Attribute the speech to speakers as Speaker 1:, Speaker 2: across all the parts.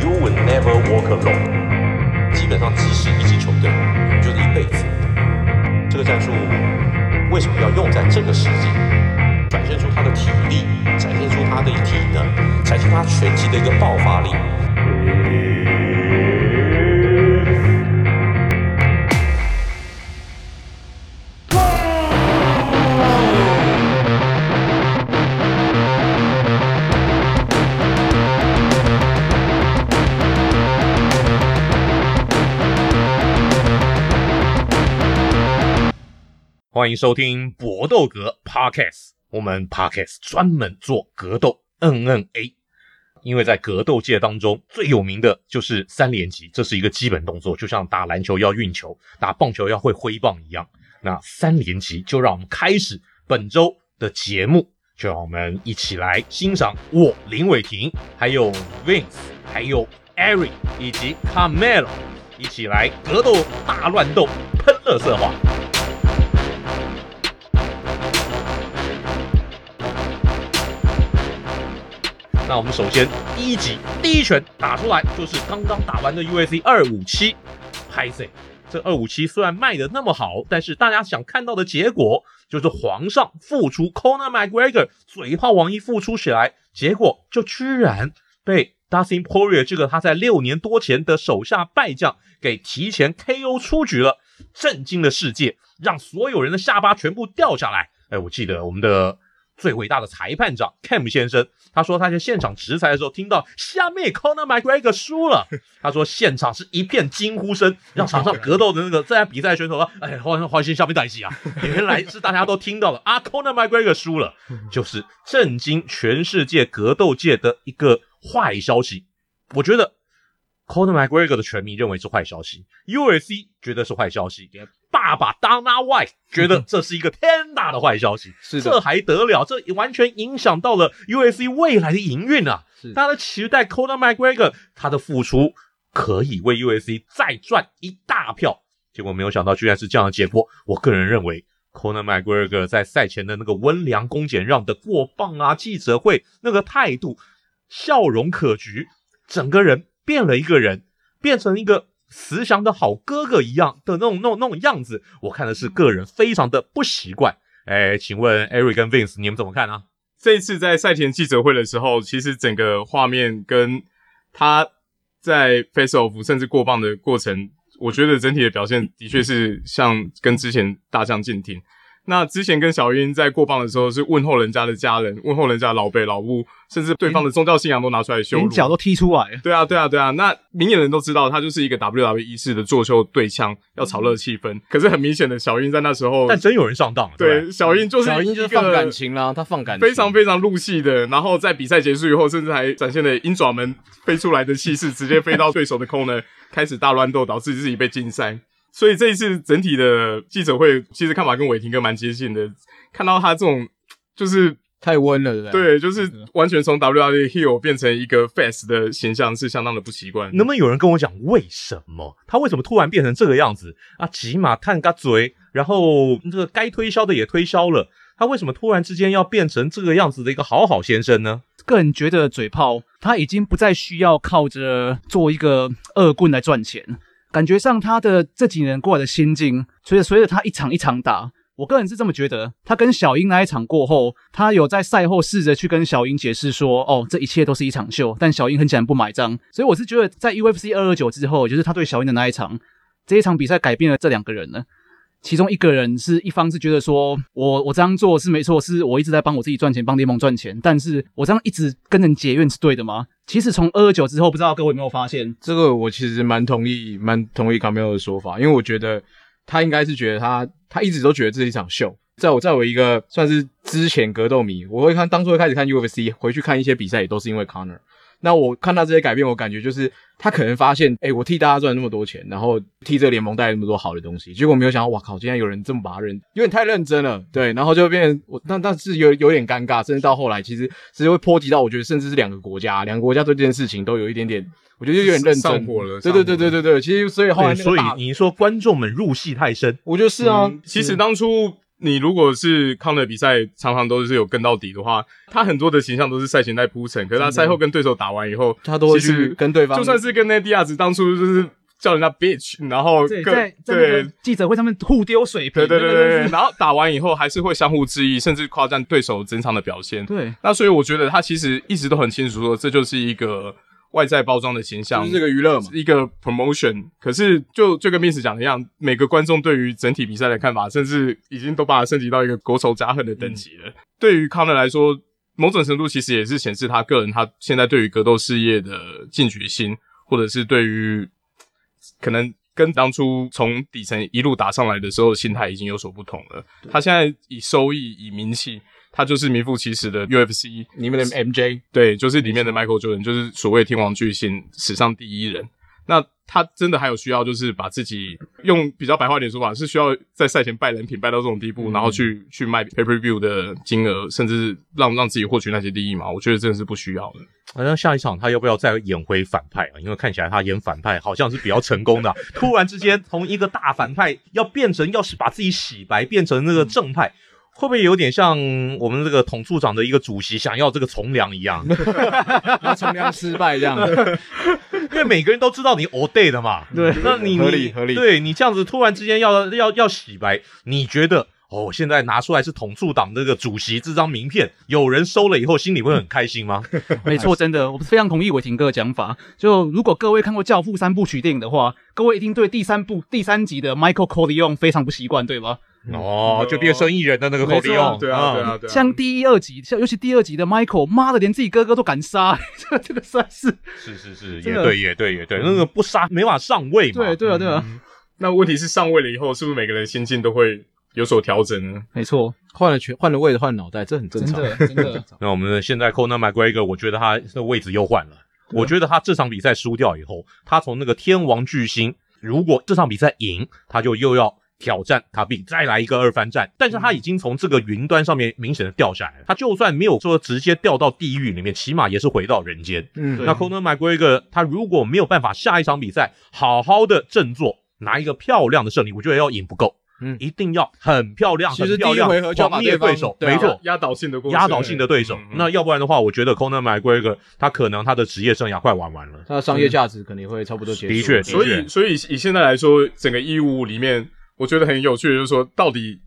Speaker 1: You would never walk alone。基本上，即使一支球队，你就是一辈子。这个战术为什么要用在这个时机？展现出他的体力，展现出他的体能，展现他拳击的一个爆发力。
Speaker 2: 欢迎收听搏斗格 Podcast，我们 Podcast 专门做格斗 NNA，因为在格斗界当中最有名的就是三连击，这是一个基本动作，就像打篮球要运球，打棒球要会挥棒一样。那三连击就让我们开始本周的节目，就让我们一起来欣赏我林伟霆，还有 Vince，还有 Eric 以及 Carmelo 一起来格斗大乱斗，喷乐色话。那我们首先第一集第一拳打出来就是刚刚打完的 UAC 二五七，拍 C。这二五七虽然卖的那么好，但是大家想看到的结果就是皇上复出 Conor McGregor 嘴炮王一复出起来，结果就居然被 Dustin Poirier 这个他在六年多前的手下败将给提前 KO 出局了，震惊了世界，让所有人的下巴全部掉下来。哎，我记得我们的最伟大的裁判长 Cam 先生，他说他在现场执裁的时候听到下面 Conor McGregor 输了，他说现场是一片惊呼声，让场上格斗的那个正在比赛的选手说：“哎，欢欢欣下面打一起啊！”原来是大家都听到了啊，Conor McGregor 输了，就是震惊全世界格斗界的一个坏消息。我觉得 Conor McGregor 的拳迷认为是坏消息，UFC 觉得是坏消息，爸爸 Dana White 觉得这是一个天大的坏消息。
Speaker 3: 是
Speaker 2: 这
Speaker 3: 的，
Speaker 2: 还得了？这完全影响到了 UFC 未来的营运啊！
Speaker 3: 是
Speaker 2: 大家期待 Conor McGregor 他的付出可以为 UFC 再赚一大票，结果没有想到居然是这样的结果。我个人认为，Conor McGregor 在赛前的那个温良恭俭让的过磅啊，记者会那个态度，笑容可掬，整个人变了一个人，变成一个慈祥的好哥哥一样的那种、那种、那种样子，我看的是个人非常的不习惯。哎，请问 Eric 跟 Vince 你们怎么看啊？
Speaker 4: 这一次在赛前记者会的时候，其实整个画面跟他在 face off 甚至过磅的过程，我觉得整体的表现的确是像跟之前大相径庭。那之前跟小英在过磅的时候，是问候人家的家人，问候人家的老辈老母，甚至对方的宗教信仰都拿出来羞辱
Speaker 3: 连。脚都踢出来了，
Speaker 4: 对啊，对啊，对啊。那明眼人都知道，他就是一个 WWE 式的作秀对枪，要炒热气
Speaker 3: 嗯
Speaker 4: 氛。可是很明显的，小英在那时候，
Speaker 2: 但真有人上当了，对不对
Speaker 4: 对小英就是
Speaker 3: 小英就是
Speaker 4: 一个
Speaker 3: 放感情啦，他放感情，
Speaker 4: 非常非常入戏的，然后在比赛结束以后，甚至还展现了鹰爪门飞出来的气势，直接飞到对手的空呢， 开始大乱斗，导致自己被禁赛。所以这一次整体的记者会，其实看法跟伟霆哥蛮接近的，看到他这种就是
Speaker 3: 太温了，对不对？
Speaker 4: 对，就是完全从 WWE heel 变成一个 face 的形象，是相当的不习惯。
Speaker 2: 能不能有人跟我讲为什么他为什么突然变成这个样子啊？骑马探嘎嘴，然后这个该推销的也推销了，他为什么突然之间要变成这个样子的一个好好先生呢？
Speaker 3: 个人觉得嘴炮他已经不再需要靠着做一个恶棍来赚钱，感觉上他的这几年过来的心境，随着随着他一场一场打。我个人是这么觉得，他跟小英那一场过后，他有在赛后试着去跟小英解释说，哦，这一切都是一场秀，但小英很显然不买账，所以我是觉得在 E UFC 二二九之后，也就是他对小英的那一场，这一场比赛改变了这两个人了。其中一个人是一方是觉得说，我我这样做是没错，是我一直在帮我自己赚钱，帮联盟赚钱，但是我这样一直跟人结怨是对的吗？其实从二二九之后，不知道各位有没有发现，
Speaker 5: 这个我其实蛮同意，蛮同意 Camilo 的说法，因为我觉得他应该是觉得他他一直都觉得这是一场秀。在我在我一个算是之前格斗迷，我会看当初会开始看 UFC，回去看一些比赛也都是因为 Conor。那我看到这些改变，我感觉就是他可能发现，哎、我替大家赚那么多钱，然后替这个联盟带来那么多好的东西，结果没有想到，哇靠，竟然有人这么把他认，有点太认真了，对，然后就变成我，那但是有有点尴尬，甚至到后来其实其实会波及到，我觉得甚至是两个国家，两个国家对这件事情都有一点点，我觉得有点认
Speaker 4: 上
Speaker 5: 真
Speaker 4: 火了
Speaker 5: 对对对对对对，其实所以后来
Speaker 2: 对，
Speaker 5: 那个
Speaker 2: 所以
Speaker 5: 大，
Speaker 2: 你说观众们入戏太深，
Speaker 5: 我觉得是啊，
Speaker 4: 嗯嗯其实当初你如果是康的比赛，常常都是有跟到底的话，他很多的形象都是赛前在铺陈，可是他赛后跟对手打完以后，
Speaker 5: 他都会
Speaker 4: 其实
Speaker 5: 去跟对方
Speaker 4: 就算是跟那迪亚子当初就是叫人家 bitch，然后
Speaker 3: 对，
Speaker 4: 各
Speaker 3: 在在那
Speaker 4: 对
Speaker 3: 个记者会上面互丢水瓶，
Speaker 4: 对对对
Speaker 3: 那个真
Speaker 4: 对
Speaker 3: 的，是
Speaker 4: 然后打完以后还是会相互质疑，甚至夸赞对手整场的表现。
Speaker 3: 对，
Speaker 4: 那所以我觉得他其实一直都很清楚说，这就是一个外在包装的形象，
Speaker 5: 嗯就是这个娱乐嘛，
Speaker 4: 一个 promotion。可是就就跟 Miss 讲的一样，每个观众对于整体比赛的看法，甚至已经都把它升级到一个国仇家恨的等级了。对于康纳来说，某种程度其实也是显示他个人他现在对于格斗事业的进取心，或者是对于可能。跟当初从底层一路打上来的时候，心态已经有所不同了。他现在以收益、以名气，他就是名副其实的 UFC
Speaker 5: 你们的 MJ
Speaker 4: 对，就是里面的 Michael Jordan，就是所谓天王巨星，史上第一人。那他真的还有需要，就是把自己用比较白话一点说法，是需要在赛前拜人品拜到这种地步，
Speaker 2: 嗯
Speaker 4: 然后去去卖 pay per view 的金额，甚至让让自己获取那些利益嘛？我觉得真的是不需要的。
Speaker 2: 好像下一场他要不要再演回反派啊？因为看起来他演反派好像是比较成功的啊、突然之间从一个大反派要变成要是把自己洗白，变成那个正派。会不会有点像我们这个统处长的一个主席想要这个从良一 样？
Speaker 5: 他从良失败这样，
Speaker 2: 因为每个人都知道你 all day 的嘛。
Speaker 3: 对，
Speaker 2: 那你
Speaker 5: 合理
Speaker 2: 你
Speaker 5: 合理
Speaker 2: 对你这样子突然之间要要要洗白，你觉得哦，现在拿出来是统促党这个主席这张名片，有人收了以后心里会很开心 吗？
Speaker 3: 没错，真的，我非常同意伟霆哥的讲法。就如果各位看过《教父》三部曲电影的话，各位一定对第三部第三集的 Michael Corleone 非常不习惯，对吧？
Speaker 2: 哦，就变生意人的那个口
Speaker 4: 没
Speaker 2: 利
Speaker 4: 错
Speaker 2: 用，
Speaker 4: 对
Speaker 2: 嗯
Speaker 4: 啊，对啊，对啊。
Speaker 3: 像第一、二集，像尤其第二集的 Michael，妈的，连自己哥哥都敢杀， 这这个算是
Speaker 2: 是是是，也
Speaker 3: 真的
Speaker 2: 对也对也对，
Speaker 5: 嗯
Speaker 2: 那个不杀没法上位嘛。
Speaker 3: 对对啊对啊，
Speaker 4: 那问题是上位了以后，是不是每个人心境都会有所调整呢？
Speaker 3: 没错，
Speaker 5: 换了全换了位置换脑袋，这很正
Speaker 3: 真
Speaker 5: 常。
Speaker 3: 的真的，
Speaker 2: 那我们现在 Conor McGregor，我觉得他的位置又换了。我觉得他这场比赛输掉以后，他从那个天王巨星，如果这场比赛赢，他就又要挑战卡比，再来一个二番战。但是他已经从这个云端上面明显的掉下来了，他就算没有说直接掉到地狱里面，起码也是回到人间。
Speaker 5: 嗯，
Speaker 2: 那 Conor McGregor 他如果没有办法下一场比赛好好的振作，拿一个漂亮的胜利，我觉得要赢不够，
Speaker 5: 嗯
Speaker 2: 一定要很漂亮，
Speaker 5: 其实
Speaker 2: 很漂
Speaker 5: 第一
Speaker 2: 亮
Speaker 5: 回合就要把
Speaker 2: 狂灭
Speaker 5: 对方
Speaker 2: 对手，
Speaker 5: 对啊
Speaker 2: 没错，
Speaker 4: 压倒性的过程
Speaker 2: 压倒性的对手。
Speaker 4: 嗯
Speaker 2: 那要不然的话，我觉得 Conor McGregor 他可能他的职业生涯快玩完了。
Speaker 5: 他的商业价值肯定会差不多结束。
Speaker 2: 的确
Speaker 4: 所以，所以以现在来说，整个义务里面，我觉得很有趣的就是说，到底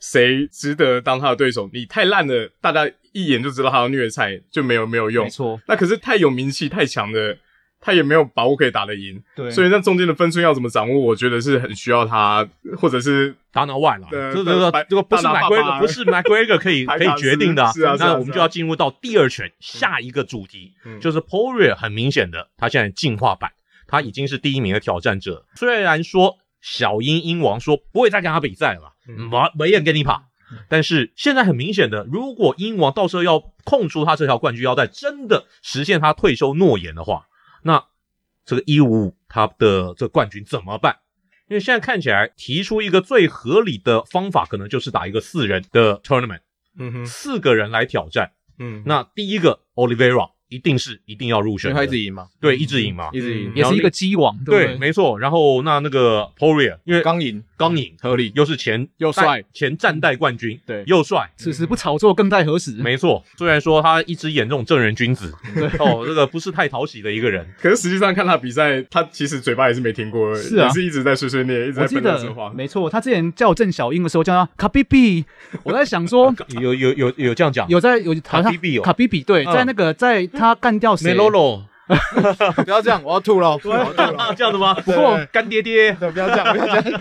Speaker 4: 谁值得当他的对手？你太烂了，大家一眼就知道他要虐菜，就没有没有用
Speaker 3: 没。错，
Speaker 4: 那可是太有名气、太强的，他也没有把握可以打得赢。
Speaker 3: 对
Speaker 4: 所以那中间的分寸要怎么掌握，我觉得是很需要他，或者是
Speaker 2: 达纳万了，
Speaker 4: 对
Speaker 2: 这这个
Speaker 4: 白
Speaker 2: 这个不是
Speaker 4: 大拿爸爸
Speaker 2: McGregor 不是 McGregor 可 以
Speaker 4: 白
Speaker 2: 可
Speaker 4: 卡
Speaker 2: 以决定的啊
Speaker 4: 斯是啊是啊
Speaker 2: 那我
Speaker 4: 是
Speaker 2: 们
Speaker 4: 啊
Speaker 2: 就要进入到第二拳下一个主题
Speaker 4: 嗯，
Speaker 2: 就是 Poirier 很明显的，他现在进化版，他已经是第一名的挑战者。虽然说小鹰鹰王说不会再跟他比赛了，
Speaker 4: 嗯
Speaker 2: 没没人跟你跑。但是现在很明显的，如果鹰王到时候要空出他这条冠军腰带，真的实现他退休诺言的话，那这个一五五他的这个冠军怎么办？因为现在看起来，提出一个最合理的方法，可能就是打一个四人的 tournament，
Speaker 4: 嗯哼
Speaker 2: 四个人来挑战。
Speaker 4: 嗯
Speaker 2: 那第一个 Olivera 一定是一定要入
Speaker 5: 因
Speaker 2: 选
Speaker 5: 为
Speaker 2: 的，
Speaker 5: 他一直赢嘛，嗯
Speaker 2: 对一直赢嘛，嗯
Speaker 5: 一直赢，
Speaker 3: 也是一个鸡王，对
Speaker 2: 对，
Speaker 3: 不对？
Speaker 2: 没错。然后那那个 Poria，因为刚
Speaker 5: 刚赢
Speaker 2: 刚赢，
Speaker 5: 合理。
Speaker 2: 又是前
Speaker 5: 又帅
Speaker 2: 代前战代冠军，
Speaker 5: 对
Speaker 2: 又帅，
Speaker 3: 此时不炒作更待何时？
Speaker 2: 没错。虽然说他一直演这种正人君子， 哦，这个不是太讨喜的一个人。
Speaker 4: 可是实际上看他比赛，他其实嘴巴也是没停过而已，
Speaker 3: 是啊
Speaker 4: 也是一直在碎碎念，一直在
Speaker 3: 我记
Speaker 4: 喷这
Speaker 3: 得
Speaker 4: 话。
Speaker 3: 没错，他之前叫我郑小英的时候叫他卡比比，我在想说
Speaker 2: 有有有有这样讲，
Speaker 3: 有在有好像
Speaker 2: 卡比比哦
Speaker 3: 卡比比对，
Speaker 2: 嗯
Speaker 3: 在那个在他干掉谁
Speaker 2: Melolo
Speaker 5: 不要这样，我要吐 了。
Speaker 2: 这样子吗？不
Speaker 3: 过
Speaker 2: 干爹爹，
Speaker 5: 不要这样，不要这样。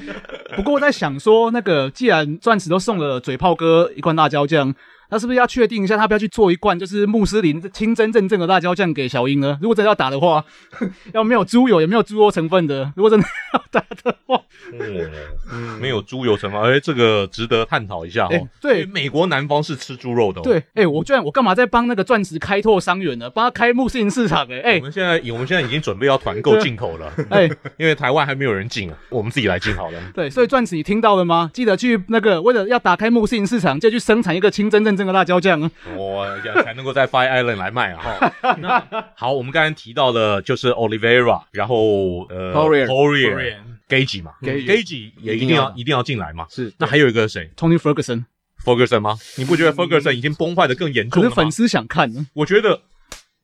Speaker 3: 不过我在想说，那个既然钻石都送了嘴炮哥一罐辣椒酱，那是不是要确定一下，他不要去做一罐就是穆斯林清真正正的辣椒酱给小英呢？如果真的要打的话， 要没有猪油，也没有猪肉成分的。如果真的要打的话，
Speaker 2: 哦，没有猪油成分，哎，这个值得探讨一下
Speaker 3: 嗯哎
Speaker 2: 哦。
Speaker 3: 对
Speaker 2: 因为美国南方是吃猪肉的、哦。
Speaker 3: 对，，哎、我居然我干嘛在帮那个钻石开拓商源呢？帮他开穆斯林市场、欸，哎、
Speaker 2: 我们现在我们现在已经准备要团购进口了，
Speaker 3: 哎、
Speaker 2: 因为台湾还没有人进啊，我们自己来进好了。
Speaker 3: 对，所以钻石你听到了吗？记得去那个，为了要打开穆斯林市场，就去生产一个清真正正的辣椒酱啊。
Speaker 2: 我才能够在 Fire Island 来卖啊。 哈那好，我们刚才提到的就是 Olivera，然后呃
Speaker 5: Poirier
Speaker 2: Poirier Gage 嘛
Speaker 5: Gage
Speaker 2: ，Gage 也一定要一定要进来嘛。
Speaker 5: 是
Speaker 2: 那还有一个谁
Speaker 3: Tony Ferguson，
Speaker 2: ，Ferguson 吗？你不觉得 Ferguson 已经崩坏的更严
Speaker 3: 可
Speaker 2: 重了
Speaker 3: 是
Speaker 2: 吗？
Speaker 3: 粉丝想看呢。
Speaker 2: 我觉得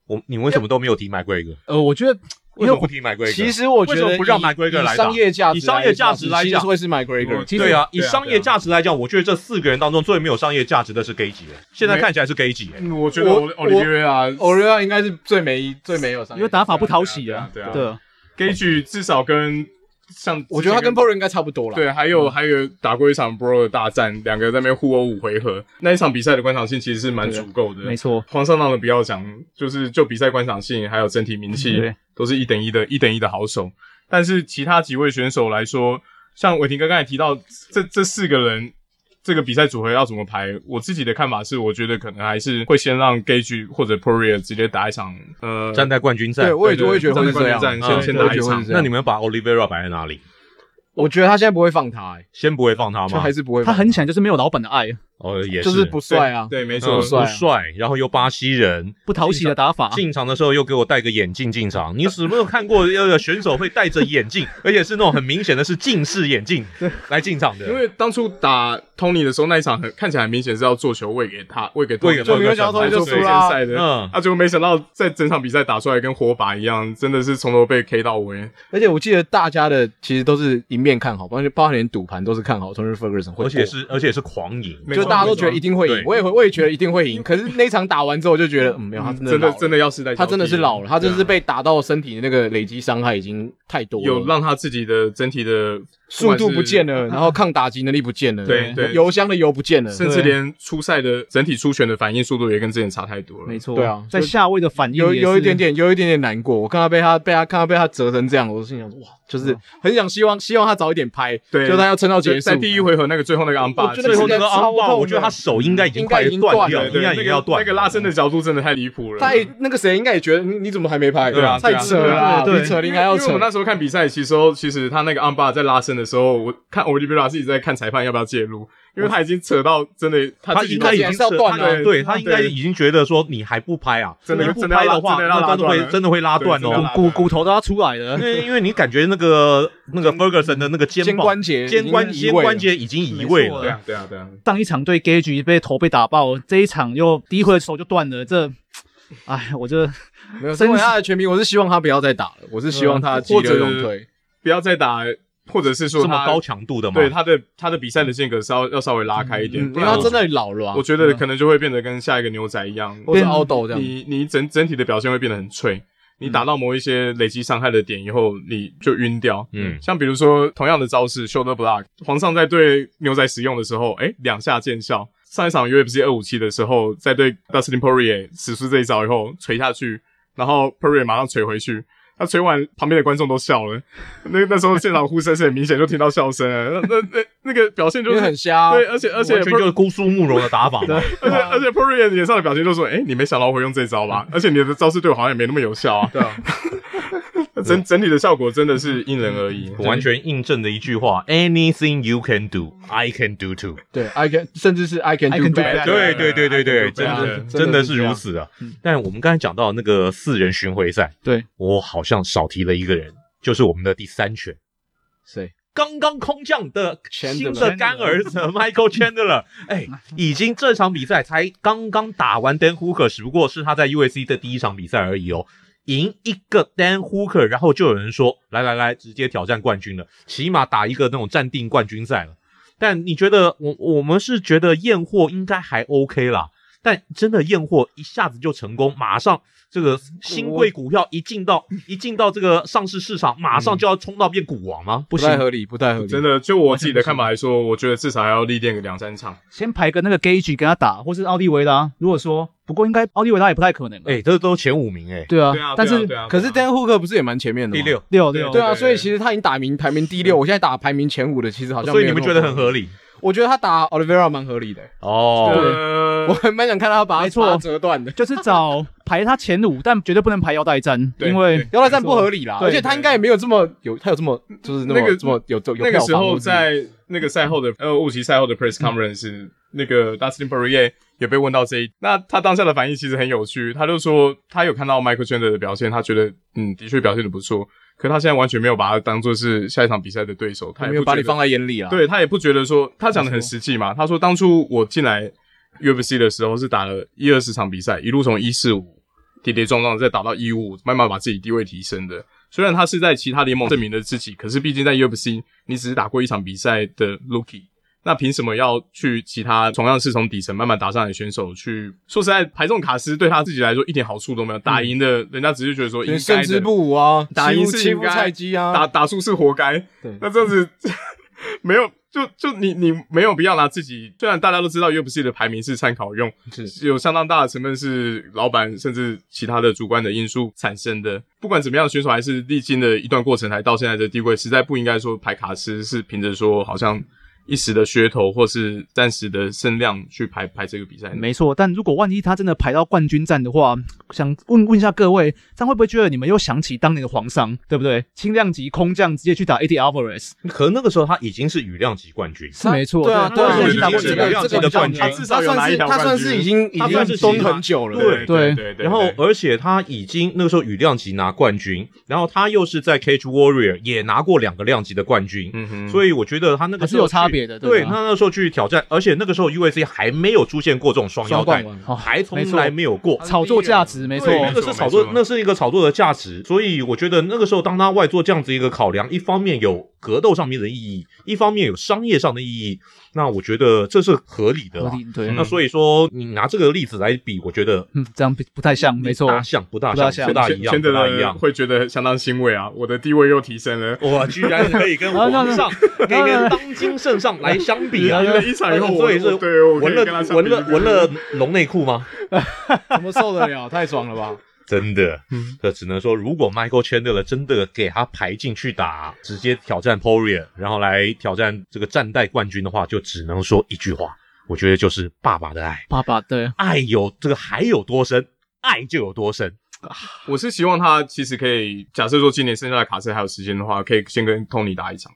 Speaker 2: 我你为什么都没有提买贵哥？
Speaker 3: 呃，我觉得
Speaker 2: 为什么不提买贵哥？
Speaker 5: 其实我觉
Speaker 2: 为什
Speaker 5: 得
Speaker 2: 么不让
Speaker 5: 以
Speaker 2: McGregor 来
Speaker 3: 啊
Speaker 2: 打
Speaker 5: 以商业价值
Speaker 2: 以商业价值来
Speaker 5: 其实
Speaker 2: 讲
Speaker 5: 会是 McGregor。
Speaker 4: 我
Speaker 5: 其实
Speaker 2: 对啊，以
Speaker 4: 对啊
Speaker 2: 商业价值来讲，我觉得这四个人当中最没有商业价值的是 Gage，耶现在看起来是 Gage 耶。
Speaker 4: 嗯我觉得
Speaker 5: 我哦
Speaker 4: o l i v 啊，
Speaker 5: 欧瑞亚应该是最没最没有商业，
Speaker 3: 因为打法不讨喜
Speaker 4: 对
Speaker 3: 啊
Speaker 4: 啊，对啊对
Speaker 3: 对啊，
Speaker 4: Gage 至少跟像
Speaker 5: 我觉得他跟嗯 p o r 应该差不多了。，
Speaker 4: 对，还有还有打过一场 Bro 的大战，两个在那边互殴五回合，那一场比赛的观赏性其实是蛮足够的。
Speaker 5: 嗯
Speaker 3: 没错，
Speaker 4: 皇上当然不要讲，就是就比赛观赏性还有整体名气
Speaker 5: 嗯
Speaker 3: 对，
Speaker 4: 都是一等一的，一等一的好手。但是其他几位选手来说，像伟霆哥刚才提到这这四个人，这个比赛组合要怎么排？我自己的看法是，我觉得可能还是会先让 Gage 或者 Poria 直接打一场，呃，
Speaker 2: 站在冠军赛
Speaker 5: 对，我也
Speaker 4: 对
Speaker 5: 我也觉得会
Speaker 4: 站
Speaker 5: 是
Speaker 4: 在
Speaker 5: 这样。
Speaker 4: 冠军
Speaker 2: 战
Speaker 5: 嗯
Speaker 2: 先先
Speaker 5: 对
Speaker 4: 打
Speaker 5: 我
Speaker 4: 一
Speaker 5: 觉得会
Speaker 4: 场
Speaker 5: 是这
Speaker 2: 那
Speaker 5: 样
Speaker 2: 你们把 Olivera 摆在哪里？
Speaker 5: 我觉得他现在不会放他，哎
Speaker 2: 先不会放他
Speaker 5: 就
Speaker 2: 吗
Speaker 5: 还？是不会
Speaker 3: 他
Speaker 5: 放。
Speaker 3: 很显然就是没有老板的爱，
Speaker 2: 哦，也
Speaker 5: 就是不帅啊，
Speaker 4: 对，对没
Speaker 2: 没
Speaker 4: 错
Speaker 5: 不，帅啊
Speaker 2: 不帅，然后又巴西人，
Speaker 3: 不讨喜的打法。
Speaker 2: 进场的时候又给我戴个眼镜进场。你有没有看过那个选手会戴着眼镜，而且是那种很明显的是近视眼镜来进场的？
Speaker 4: 因为当初打 Tony 的时候，那一场很看起来很明显是要做球喂给他，喂给 Tony，
Speaker 2: 喂给
Speaker 4: 就没有
Speaker 2: Ferguson
Speaker 4: 想到 Tony
Speaker 2: 嘛
Speaker 4: 就
Speaker 5: 对
Speaker 4: 输了赛的，
Speaker 2: 嗯
Speaker 4: 啊，结果没想到在整场比赛打出来跟火把一样，真的是从头被 K 到尾。
Speaker 5: 而且我记得大家的其实都是一面看好，包括包含连赌盘都是看好 Tony Ferguson 会过，
Speaker 2: 而且是而且是狂赢，
Speaker 4: 没
Speaker 5: 就
Speaker 4: 错
Speaker 5: 大家都觉得一定会赢
Speaker 2: 对，
Speaker 5: 我也会我也觉得一定会赢。可是那一场打完之后就觉得，嗯，没有他真的
Speaker 4: 真的
Speaker 5: 老了
Speaker 4: 真的要时代，
Speaker 5: 他真的是老了，他真的是
Speaker 4: 对啊
Speaker 5: 被打到身体的那个累积伤害已经太多了，
Speaker 4: 有让他自己的整体的
Speaker 5: 速度不见，了，然后抗打击能力不见了，
Speaker 4: 对对
Speaker 5: 油箱的油不见了，
Speaker 4: 不管是甚至连出赛的整体出拳的反应速度也跟之前差太多了。
Speaker 3: 没错，
Speaker 5: 对啊
Speaker 3: 在夏威的反应
Speaker 5: 有
Speaker 3: 也是
Speaker 5: 有一点，点，有一点点难过。我看他被他被他看他被他折成这样，我心想哇，就是很想希望希望他早一点拍，
Speaker 4: 对
Speaker 5: 就他要撑到
Speaker 4: 就
Speaker 5: 结束
Speaker 4: 在。第一回合那个最后那个安
Speaker 5: 我
Speaker 4: 霸，
Speaker 5: 觉得
Speaker 2: 最后那个
Speaker 5: 超
Speaker 2: 安
Speaker 5: 痛
Speaker 2: 霸，
Speaker 5: 的
Speaker 2: 我觉得他手应该已经快
Speaker 5: 应该已经
Speaker 2: 断
Speaker 5: 断
Speaker 2: 掉
Speaker 5: 了
Speaker 2: 了，
Speaker 4: 对
Speaker 2: 应该
Speaker 4: 那
Speaker 2: 已
Speaker 4: 个
Speaker 2: 经要断
Speaker 4: 那
Speaker 2: 了。
Speaker 4: 个拉伸的角度真的太离谱了。
Speaker 5: 他也那个谁应该也觉得你你怎么还没拍？
Speaker 4: 对啊
Speaker 5: 太
Speaker 4: 对啊
Speaker 5: 扯了啦，
Speaker 3: 对对
Speaker 5: 比扯
Speaker 4: 因
Speaker 5: 铃
Speaker 4: 为
Speaker 5: 还要
Speaker 4: 因为我
Speaker 5: 扯
Speaker 4: 们。那时候看比赛，其实哦其实他那个安巴在拉伸的时候，我看 o l i v e r a 是一直在看裁判要不要介入，因为他已经扯到真的他
Speaker 2: 他
Speaker 4: 自己
Speaker 2: 应
Speaker 4: 都
Speaker 2: 该已
Speaker 5: 还
Speaker 2: 经
Speaker 5: 是要
Speaker 2: 撤
Speaker 5: 断
Speaker 2: 他
Speaker 5: 了
Speaker 2: 对他应该
Speaker 4: 对
Speaker 2: 已经觉得说你还不拍啊，
Speaker 4: 真的
Speaker 2: 你不拍的话，
Speaker 4: 真的要拉
Speaker 2: 那真的
Speaker 4: 真的要拉断
Speaker 2: 会
Speaker 4: 了
Speaker 2: 真的会拉断
Speaker 4: 真的要
Speaker 5: 啊
Speaker 2: 哦
Speaker 4: 拉。
Speaker 3: 骨骨头都要出来了
Speaker 2: 因。为因为你感觉那 个那个 Ferguson 的那个肩
Speaker 5: 肩
Speaker 2: 膀
Speaker 5: 关节已经
Speaker 2: 肩关
Speaker 5: 移
Speaker 2: 肩
Speaker 5: 位了
Speaker 2: 关节已经移位
Speaker 3: 没
Speaker 2: 了
Speaker 3: 错
Speaker 4: 对，啊对啊对啊，
Speaker 3: 上一场对 Gage 被头被打爆，这一场又第一回合手就断了，这，哎，我这
Speaker 5: 没有，身为他的全名，我是希望他不要再打了，我是希望
Speaker 4: 啊
Speaker 5: 他急流勇退。
Speaker 4: 不要再打，或者是说
Speaker 2: 这么
Speaker 4: 他
Speaker 2: 高强度的嘛。
Speaker 4: 对他的他的比赛的间隔稍要稍微拉开一点，
Speaker 5: 嗯因
Speaker 4: 不
Speaker 5: 为
Speaker 4: 然
Speaker 5: 他
Speaker 4: 我
Speaker 5: 真的老了啊
Speaker 4: 我，觉得可能就会变得跟下一个牛仔一样，
Speaker 5: 或者凹豆这样。嗯
Speaker 4: 你你整整体的表现会变得很脆。你打到某一些累积伤害的点以后，你就晕掉。
Speaker 2: 嗯，
Speaker 4: 像比如说同样的招式 shoulder block，皇上在对牛仔使用的时候，哎、两下见效。上一场 UFC 二五七的时候，在对 Dustin Poirier 使出这一招以后，锤下去，然后 Poirier 马上锤回去。他锤完，旁边的观众都笑了。那那时候现场呼声是很明显，就听到笑声了。那那那那个表现
Speaker 5: 因
Speaker 4: 就
Speaker 5: 为
Speaker 4: 是
Speaker 5: 很瞎啊，
Speaker 4: 对，而且而且
Speaker 2: 完全就是姑苏慕容的打 法嘛。
Speaker 4: 而且而且 p o r i e 脸上的表情就说：“哎、你没想到我会用这招吧？
Speaker 5: 嗯
Speaker 4: 而且你的招式对我好像也没那么有效啊。”对啊， 整整体的效果真的是因人而
Speaker 5: 嗯
Speaker 4: 异，
Speaker 2: 完全印证了一句话：Anything you can do, I can do too。
Speaker 5: 对，I can，甚至是 I can
Speaker 3: I
Speaker 5: do
Speaker 3: can do
Speaker 5: better。
Speaker 3: better
Speaker 2: 对对对对对，真
Speaker 4: 对啊
Speaker 2: 的
Speaker 5: 真的
Speaker 2: 真的
Speaker 5: 是
Speaker 2: 是
Speaker 5: 这样
Speaker 2: 如此啊。但我们刚才讲到那个四人巡回赛，
Speaker 5: 对
Speaker 2: 我好像少提了一个人，就是我们的第三拳。
Speaker 5: 谁？
Speaker 2: 刚刚空降的
Speaker 5: Chandler
Speaker 2: 新的干儿子 Michael Chandler，哎，已经这场比赛才刚刚打完 Dan Hooker，只不过是他在 UAC 的第一场比赛而已哦，赢一个 Dan Hooker，然后就有人说，来来来，直接挑战冠军了，起码打一个那种暂定冠军赛了。但你觉得我我们是觉得验货应该还 OK 啦，但真的验货一下子就成功，马上这个新贵股票一进到 一进到这个上市市场，马上就要冲到变股王吗？不
Speaker 5: 不
Speaker 2: 行
Speaker 5: 太，合理，不太合理。
Speaker 4: 真的，就我自己的看法来说，我觉得至少还要历练个两三场。
Speaker 3: 先排个那个 Gage 跟他打，或是奥利维拉。如果说，不过应该奥利维拉也不太可能。啊
Speaker 2: 哎、这都前五名哎、
Speaker 3: 对啊
Speaker 4: 对啊，，
Speaker 3: 但是
Speaker 4: 对啊，
Speaker 5: 可是 Dan Hooker 不是也蛮前面的吗
Speaker 2: 第，六，
Speaker 3: 六
Speaker 4: 对
Speaker 3: 六
Speaker 5: 对啊，
Speaker 4: 对对嗯
Speaker 5: 所以其实他已经打名排名第六，我现在打排名前五的，其实好像
Speaker 2: 所以你们
Speaker 5: 没有
Speaker 2: 觉
Speaker 5: 那
Speaker 2: 得
Speaker 5: 么
Speaker 2: 很合理
Speaker 5: 我觉得他打 Olivera 蛮合理的，
Speaker 2: 哦？
Speaker 4: 呃
Speaker 5: 我，还蛮想看到他把
Speaker 3: 没
Speaker 5: 他
Speaker 3: 错
Speaker 5: 把他折断的。
Speaker 3: 就是找排他前五，但绝对不能排腰带战，
Speaker 4: 对
Speaker 3: 因为
Speaker 4: 对
Speaker 5: 腰带战不合理啦，
Speaker 3: 对
Speaker 5: 而且他应该也没有这么有，他有这么就是那
Speaker 4: 那
Speaker 5: 么
Speaker 4: 个
Speaker 5: 这么有有
Speaker 4: 那个时候
Speaker 5: 有票房嗯
Speaker 4: 在那个赛后的呃，雾奇赛后的 press conference，那个 Dustin Poirier 也被问到这一，那他当下的反应其实很有趣，他就说他有看到 Michael Chandler 的表现，他觉得嗯的确表现的不错，可他现在完全没有把他当做是下一场比赛的对手，他
Speaker 5: 他
Speaker 4: 也
Speaker 5: 没有
Speaker 4: 不
Speaker 5: 把
Speaker 4: 觉
Speaker 5: 你
Speaker 4: 得
Speaker 5: 放在眼里啊。
Speaker 4: 对他也不觉得说，他讲的很实际嘛。他说当初我进来 UFC 的时候是打了一二十场比赛，一路从一四五跌跌撞撞再打到一五，慢慢把自己地位提升的。虽然他是在其他联盟证明了自己，可是毕竟在 UFC 你只是打过一场比赛的 Lucky，那凭什么要去其他同样是从底层慢慢打上来的选手去？说实在，排这种卡斯对他自己来说一点好处都没有，打赢的、人家只是觉得说应
Speaker 5: 嗯对，
Speaker 4: 该
Speaker 5: 胜
Speaker 4: 的
Speaker 5: 之不武啊，
Speaker 4: 打
Speaker 5: 欺
Speaker 4: 赢
Speaker 5: 负
Speaker 4: 是
Speaker 5: 欺
Speaker 4: 应
Speaker 5: 负
Speaker 4: 该
Speaker 5: 菜鸡啊，
Speaker 4: 打打输是活该。
Speaker 5: 对
Speaker 4: 那这样子 没有，就就你你没有必要拿自己。虽然大家都知道 UFC 的排名是参考用，
Speaker 5: 是
Speaker 4: 有相当大的成分是老板甚至其他的主观的因素产生的。不管怎么样，选手还是历经了一段过程才到现在的地位，实在不应该说排卡斯是凭着说好像一时的噱头或是暂时的声量去排排这个比赛。
Speaker 3: 没错，但如果万一他真的排到冠军战的话，想问问一下各位，这样会不会觉得你们又想起当年的皇上，对不对？轻量级空降直接去打 AD Alvarez，
Speaker 2: 可能那个时候他已经是羽量级冠军，
Speaker 3: 是没错，
Speaker 5: 对啊，
Speaker 3: 他
Speaker 5: 对啊，
Speaker 3: 他
Speaker 4: 对
Speaker 3: 已经打过
Speaker 5: 这
Speaker 3: 几
Speaker 5: 个
Speaker 2: 对
Speaker 3: 个
Speaker 2: 对，
Speaker 5: 这
Speaker 2: 对
Speaker 5: 个
Speaker 2: 对冠军
Speaker 4: 他至少有
Speaker 5: 他
Speaker 4: 拿
Speaker 5: 算
Speaker 4: 一
Speaker 5: 是
Speaker 4: 条
Speaker 5: 他
Speaker 4: 冠
Speaker 5: 算
Speaker 4: 军
Speaker 5: 是已经已
Speaker 4: 他算
Speaker 5: 经
Speaker 4: 是
Speaker 5: 蹲很久了，
Speaker 2: 对
Speaker 4: 对
Speaker 3: 对
Speaker 4: 对对，
Speaker 2: 然后，而且他已经那个时候羽量级拿冠军，然后他又是在 Cage Warrior 也拿过两个量级的冠军，
Speaker 4: 嗯哼，
Speaker 2: 所以我觉得他那个
Speaker 3: 还
Speaker 2: 时
Speaker 3: 是
Speaker 2: 候
Speaker 3: 有差
Speaker 2: 去
Speaker 3: 别的
Speaker 2: 对
Speaker 3: 对啊
Speaker 2: 他
Speaker 3: 吧
Speaker 2: 那时候去挑战，而且那个时候 UFC 还没有出现过这种双腰
Speaker 5: 双
Speaker 2: 带
Speaker 5: 冠，王。
Speaker 3: 哦
Speaker 2: 还从
Speaker 3: 没错
Speaker 2: 来没有
Speaker 4: 嗯
Speaker 2: 过。
Speaker 3: 炒作价值，没错
Speaker 2: 对，，那个是
Speaker 4: 没错
Speaker 2: 炒作
Speaker 4: 没错，
Speaker 2: 那是一个炒作的价值，所以我觉得那个时候当他外做这样子一个考量，一方面有格斗上面的意义，一方面有商业上的意义，那我觉得这是合理的
Speaker 3: 合
Speaker 2: 啦。
Speaker 3: 理对，
Speaker 2: 那所以说，你拿这个例子来比，我觉得
Speaker 3: 嗯，这样不不太像，没错
Speaker 2: 不，大像，不大
Speaker 3: 不大
Speaker 2: 像，
Speaker 3: 像
Speaker 2: 不大
Speaker 4: 前
Speaker 2: 一样，
Speaker 4: 前
Speaker 2: 不
Speaker 4: 德
Speaker 2: 大一
Speaker 4: 勒
Speaker 2: 样。
Speaker 4: 会觉得相当欣慰啊，我的地位又提升了。
Speaker 2: 我居然可以跟
Speaker 3: 啊
Speaker 2: 皇
Speaker 3: 那那
Speaker 2: 上，可以跟当今圣上来相比啊！
Speaker 4: 赢了一场以后，我
Speaker 2: 所以是
Speaker 4: 对，我可
Speaker 2: 闻
Speaker 4: 以跟他
Speaker 2: 了
Speaker 4: 相
Speaker 2: 闻
Speaker 4: 比
Speaker 2: 了闻了龙内裤吗？
Speaker 5: 怎么受得了？太爽了吧！
Speaker 2: 真的，这只能说，如果 Michael Chandler 真的给他排进去打，直接挑战 Poirier，然后来挑战这个战代冠军的话，就只能说一句话，我觉得就是爸爸的爱，
Speaker 3: 爸爸对，
Speaker 2: 爱有这个海有多深，爱就有多深。
Speaker 4: 我是希望他其实可以，假设说今年剩下的卡斯还有时间的话，可以先跟 Tony 打一场。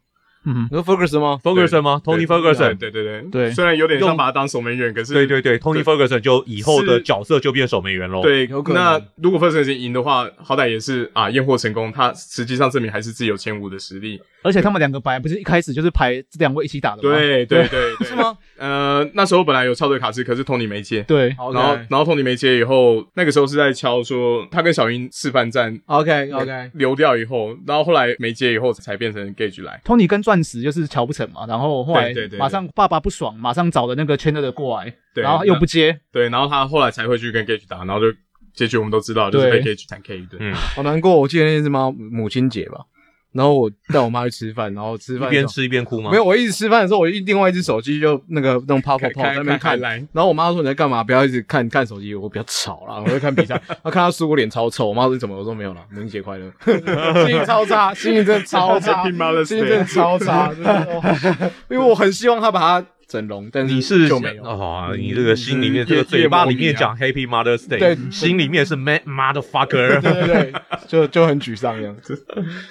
Speaker 3: 嗯，
Speaker 5: 你说 Ferguson 吗？
Speaker 2: Ferguson 吗？Tony
Speaker 4: 对
Speaker 2: Ferguson，
Speaker 4: 对对对
Speaker 3: 对
Speaker 4: 虽然有点
Speaker 2: 用
Speaker 4: 像把他当守门员，可是
Speaker 2: 对对对，Tony
Speaker 4: 对
Speaker 2: Ferguson 就以后的
Speaker 4: 是
Speaker 2: 角色就变守门员喽。，
Speaker 4: 对
Speaker 5: 有可
Speaker 4: 那
Speaker 5: 能
Speaker 4: 如果 Ferguson 赢的话，好歹也是啊验货成功，他实际上证明还是自己有前五的实力。
Speaker 3: 而且他们两个本来不是一开始就是排这两位一起打的吗？
Speaker 4: 对对对，对
Speaker 5: 是？吗？
Speaker 4: 呃，那时候本来有超对卡斯，可是 Tony 没接。
Speaker 3: 对，
Speaker 5: 然
Speaker 4: 然后，然后 Tony 没接以后，那个时候是在敲说他跟小英示范战
Speaker 5: OK OK，
Speaker 4: 流掉以后，然后后来没接以后才变成 Gage 来。
Speaker 3: 托尼跟钻石就是瞧不成嘛，然后后来
Speaker 4: 对对对
Speaker 3: 马上爸爸不爽，马上找的那个圈 h 的过来，
Speaker 4: 对
Speaker 3: 然后又不接，
Speaker 4: 对，然后他后来才会去跟 Gage 打，然后就结局我们都知道，就是被
Speaker 3: 对
Speaker 4: Gage 惨 K 一顿。
Speaker 2: 嗯，
Speaker 5: 好难过。我记得那天是妈母亲节吧，然后我带我妈去吃饭，然后吃
Speaker 2: 一
Speaker 5: 饭的时
Speaker 2: 边
Speaker 5: 候
Speaker 2: 吃一边哭吗？
Speaker 5: 没有，我一直吃饭的时候，我一另外一只手机就那个那种泡泡
Speaker 4: 开
Speaker 5: 泡在那边
Speaker 4: 开
Speaker 5: 看。
Speaker 4: 来
Speaker 5: 然后我妈说你在干嘛？不要一直看看手机，我比较吵啦，我在看比赛。她看她输，我脸超臭。我妈说你怎么了？我说没有啦，母亲节快乐。 心情超差，心情真的 超差，
Speaker 4: Happy Mother's
Speaker 5: 心情真的
Speaker 4: Day
Speaker 5: 超差， 真的哦因为我很希望她把她整容，但是
Speaker 2: 你是
Speaker 5: 就没有。
Speaker 2: 哦，你这个心里面这个
Speaker 4: 夜
Speaker 2: 嘴巴
Speaker 4: 夜魔
Speaker 2: 里面
Speaker 4: 迷啊
Speaker 2: 讲 Happy Mother's Day，
Speaker 5: 对
Speaker 2: 心里面是 Mad
Speaker 5: 对
Speaker 2: Motherfucker。
Speaker 5: 对对，就就很沮丧这样子。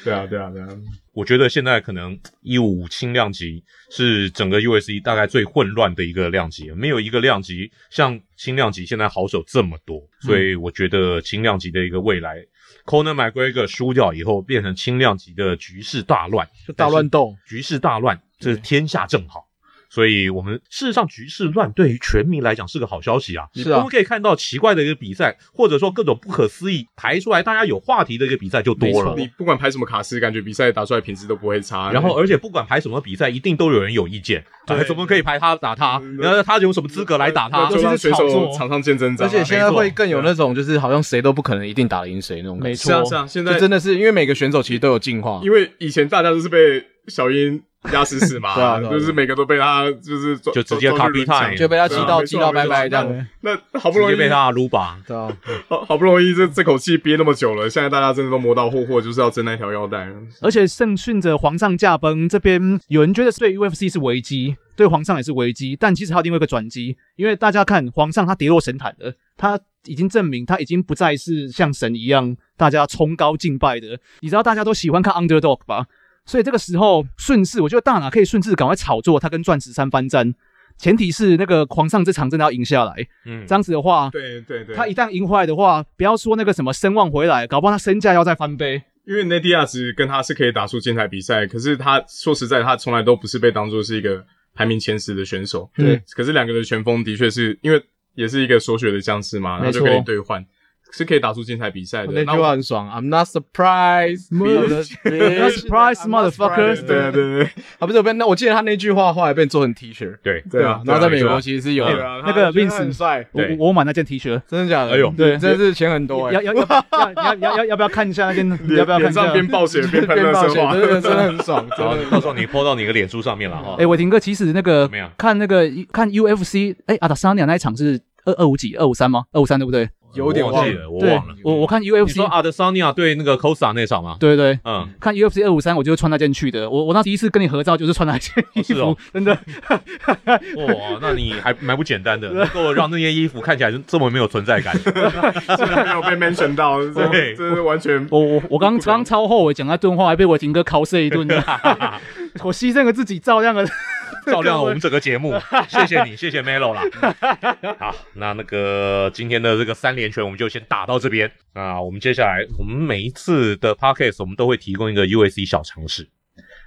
Speaker 4: 对啊，对啊，对啊，
Speaker 2: 我觉得现在可能一五轻量级是整个 USC 大概最混乱的一个量级，没有一个量级像轻量级现在好手这么多，所以我觉得轻量级的一个未来。Conor McGregor 输掉以后，变成轻量级的局势大乱，
Speaker 5: 就大乱斗，
Speaker 2: 局势大乱，这天下正好。所以，我们事实上局势乱对于全民来讲是个好消息啊！
Speaker 5: 是啊
Speaker 2: 我们可以看到奇怪的一个比赛，或者说各种不可思议排出来，大家有话题的一个比赛就多了
Speaker 5: 没。
Speaker 4: 你不管排什么卡斯，感觉比赛打出来品质都不会差。
Speaker 2: 然后，而且不管排什么比赛，一定都有人有意见，
Speaker 4: 啊对
Speaker 2: 哎怎么可以排他打他？
Speaker 4: 嗯
Speaker 2: 然后他有什么资格来打他
Speaker 4: 那？就
Speaker 5: 尤
Speaker 4: 让
Speaker 5: 其是
Speaker 4: 选
Speaker 5: 炒
Speaker 4: 手
Speaker 5: 作
Speaker 4: 场上见真章
Speaker 5: 而
Speaker 4: 啊。
Speaker 5: 且现在
Speaker 2: 没错
Speaker 5: 会更有那种，就是好像谁都不可能一定打得赢谁那种感觉。
Speaker 3: 没
Speaker 4: 是啊，
Speaker 3: 错，
Speaker 4: 是啊，现在
Speaker 5: 就真的是因为每个选手其实都有进化，
Speaker 4: 因为以前大家都是被小英压死 死嘛，
Speaker 5: 对啊对啊对
Speaker 4: 就
Speaker 5: 啊
Speaker 4: 是每个都被他就是抓
Speaker 2: 就直接
Speaker 4: 抓抓
Speaker 2: copy
Speaker 4: 去轮场
Speaker 2: time
Speaker 5: 就被他击
Speaker 4: 对啊
Speaker 5: 到
Speaker 4: 没错
Speaker 5: 击到拜拜这
Speaker 4: 没
Speaker 5: 样。
Speaker 4: 那好不
Speaker 2: 直
Speaker 4: 容
Speaker 2: 接
Speaker 4: 易
Speaker 2: 被他撸吧。
Speaker 5: 对啊，
Speaker 4: 好好不容易这这口气憋那么久了，现在大家真的都磨到霍霍，就是要争那条腰带。
Speaker 3: 而且胜顺着皇上驾崩，这边有人觉得对 UFC 是危机，对皇上也是危机，但其实还有另外一个转机，因为大家看皇上他跌落神坛了，他已经证明他已经不再是像神一样大家崇高敬拜的，你知道大家都喜欢看 underdog 吧？所以这个时候顺势，我觉得大拿可以顺势赶快炒作他跟钻石三番战，前提是那个狂上这场真的要赢下来。
Speaker 2: 嗯
Speaker 3: 这样子的话，
Speaker 4: 对对对，
Speaker 3: 他一旦赢回来的话，不要说那个什么声望回来，搞不好他身价要再翻倍。
Speaker 4: 因为内迪亚斯跟他是可以打出精彩比赛，可是他说实在，他从来都不是被当做是一个排名前十的选手。
Speaker 5: 对，
Speaker 4: 可是两个的拳风的确是因为也是一个手血的僵尸嘛，然后
Speaker 5: 没错
Speaker 4: 就可以兑换，是可以打出精彩比赛的。
Speaker 5: 那句
Speaker 4: 我
Speaker 5: 话很爽，I'm not surprised，
Speaker 3: No surprise, motherfuckers
Speaker 4: 对对对对
Speaker 5: 啊，不是有被那，我记得他那句话后来被做成 T 恤，
Speaker 2: 对，
Speaker 4: 对
Speaker 5: 啊
Speaker 4: 啊，，
Speaker 5: 然后在美
Speaker 4: 对
Speaker 5: 国
Speaker 4: 啊
Speaker 5: 其实是有
Speaker 4: 对啊，
Speaker 3: 那个
Speaker 4: 他
Speaker 3: Vince
Speaker 5: 很帅，
Speaker 3: 我
Speaker 2: 对
Speaker 3: 我我买那件 T 恤，
Speaker 5: 真的假的？
Speaker 2: 哎呦
Speaker 5: 对，
Speaker 3: 对
Speaker 5: 真的是钱很多哎
Speaker 3: 要， 要要要要要要要不要看一下那 件？要
Speaker 4: 脸
Speaker 3: 不要看
Speaker 4: 脸
Speaker 3: 一下
Speaker 4: 上？边暴血边喷
Speaker 5: 变
Speaker 4: 热
Speaker 5: 暴
Speaker 4: 色
Speaker 5: 血，
Speaker 4: 话，
Speaker 5: 真的真的很爽，真
Speaker 2: 然后
Speaker 5: 的
Speaker 2: 到时候你 PO 到你的脸书上面了哈。
Speaker 3: 哎、伟霆哥，其实那个
Speaker 2: 怎么样
Speaker 3: 看那个看 UFC，哎、阿达桑尼亚那一场是二二五几二五三吗？二五三对不对？
Speaker 5: 有点
Speaker 2: 我
Speaker 5: 忘
Speaker 2: 忘记
Speaker 5: 了
Speaker 2: 了，我
Speaker 3: 对
Speaker 2: 忘了。
Speaker 3: 我我看
Speaker 2: 你说
Speaker 4: 啊
Speaker 3: UFC，
Speaker 2: 阿德桑尼亚对那个 Costa 那场吗？
Speaker 3: 对对。
Speaker 2: 嗯，
Speaker 3: 看 UFC 二五三，我就穿那件去的。我我那第一次跟你合照就是穿那件衣
Speaker 2: 是
Speaker 3: 服，
Speaker 2: 哦
Speaker 3: 真的。
Speaker 2: 哇，那你还蛮不简单的，能够让那件衣服看起来这么没有存在感。
Speaker 4: 真的没有被 mention 到，这
Speaker 2: 对
Speaker 4: 这是完全
Speaker 3: 我我我刚刚超后悔讲那顿话，还被伟霆哥拷射 一顿 的。我牺牲了自己，照亮了。
Speaker 2: 照亮了我们整个节目，谢谢你，谢谢 Melo 啦。嗯好，那那个今天的这个三连拳我们就先打到这边。那我们接下来，我们每一次的 Podcast 我们都会提供一个 UAC 小常识。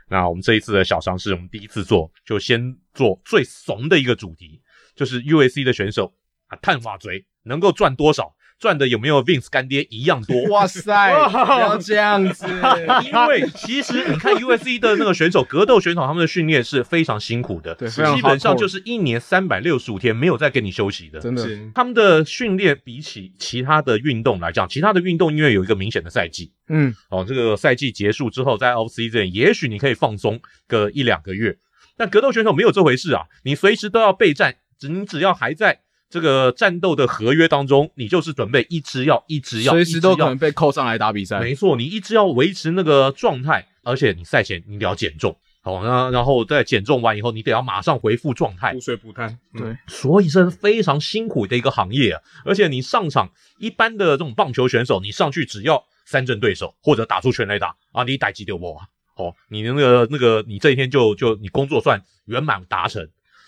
Speaker 2: 那我们这一次的小常识，我们第一次做就先做最怂的一个主题，就是 UAC 的选手啊，探瓦嘴能够赚多少，赚的有没有 Vince 干爹一样多？
Speaker 5: 哇塞，不要这样子，
Speaker 2: 因为其实你看 UFC 的那个选手，格斗选手他们的训练是非常辛苦的，
Speaker 5: 对非常
Speaker 2: 基本上
Speaker 5: hardcore
Speaker 2: 就是一年三百六十五天没有再跟你休息的。
Speaker 5: 真的
Speaker 4: 行
Speaker 2: 他们的训练比起其他的运动来讲，其他的运动因为有一个明显的赛季
Speaker 5: 嗯，
Speaker 2: 哦，这个赛季结束之后，在 off season 也许你可以放松个一两个月，但格斗选手没有这回事啊，你随时都要备战，只你只要还在这个战斗的合约当中，你就是准备一直要一直要
Speaker 5: 随时都
Speaker 2: 一直
Speaker 5: 可
Speaker 2: 要
Speaker 5: 能被扣上来打比赛，
Speaker 2: 没错，你一直要维持那个状态，而且你赛前你得要减重，好，那然后在减重完以后，你得要马上恢复状态
Speaker 4: 不，水不贪，嗯
Speaker 5: 对
Speaker 2: 所以是非常辛苦的一个行业啊。而且你上场，一般的这种棒球选手，你上去只要三振对手或者打出全垒打啊，你逮鸡丢波啊，哦，你那个那个你这一天就就你工作算圆满达成，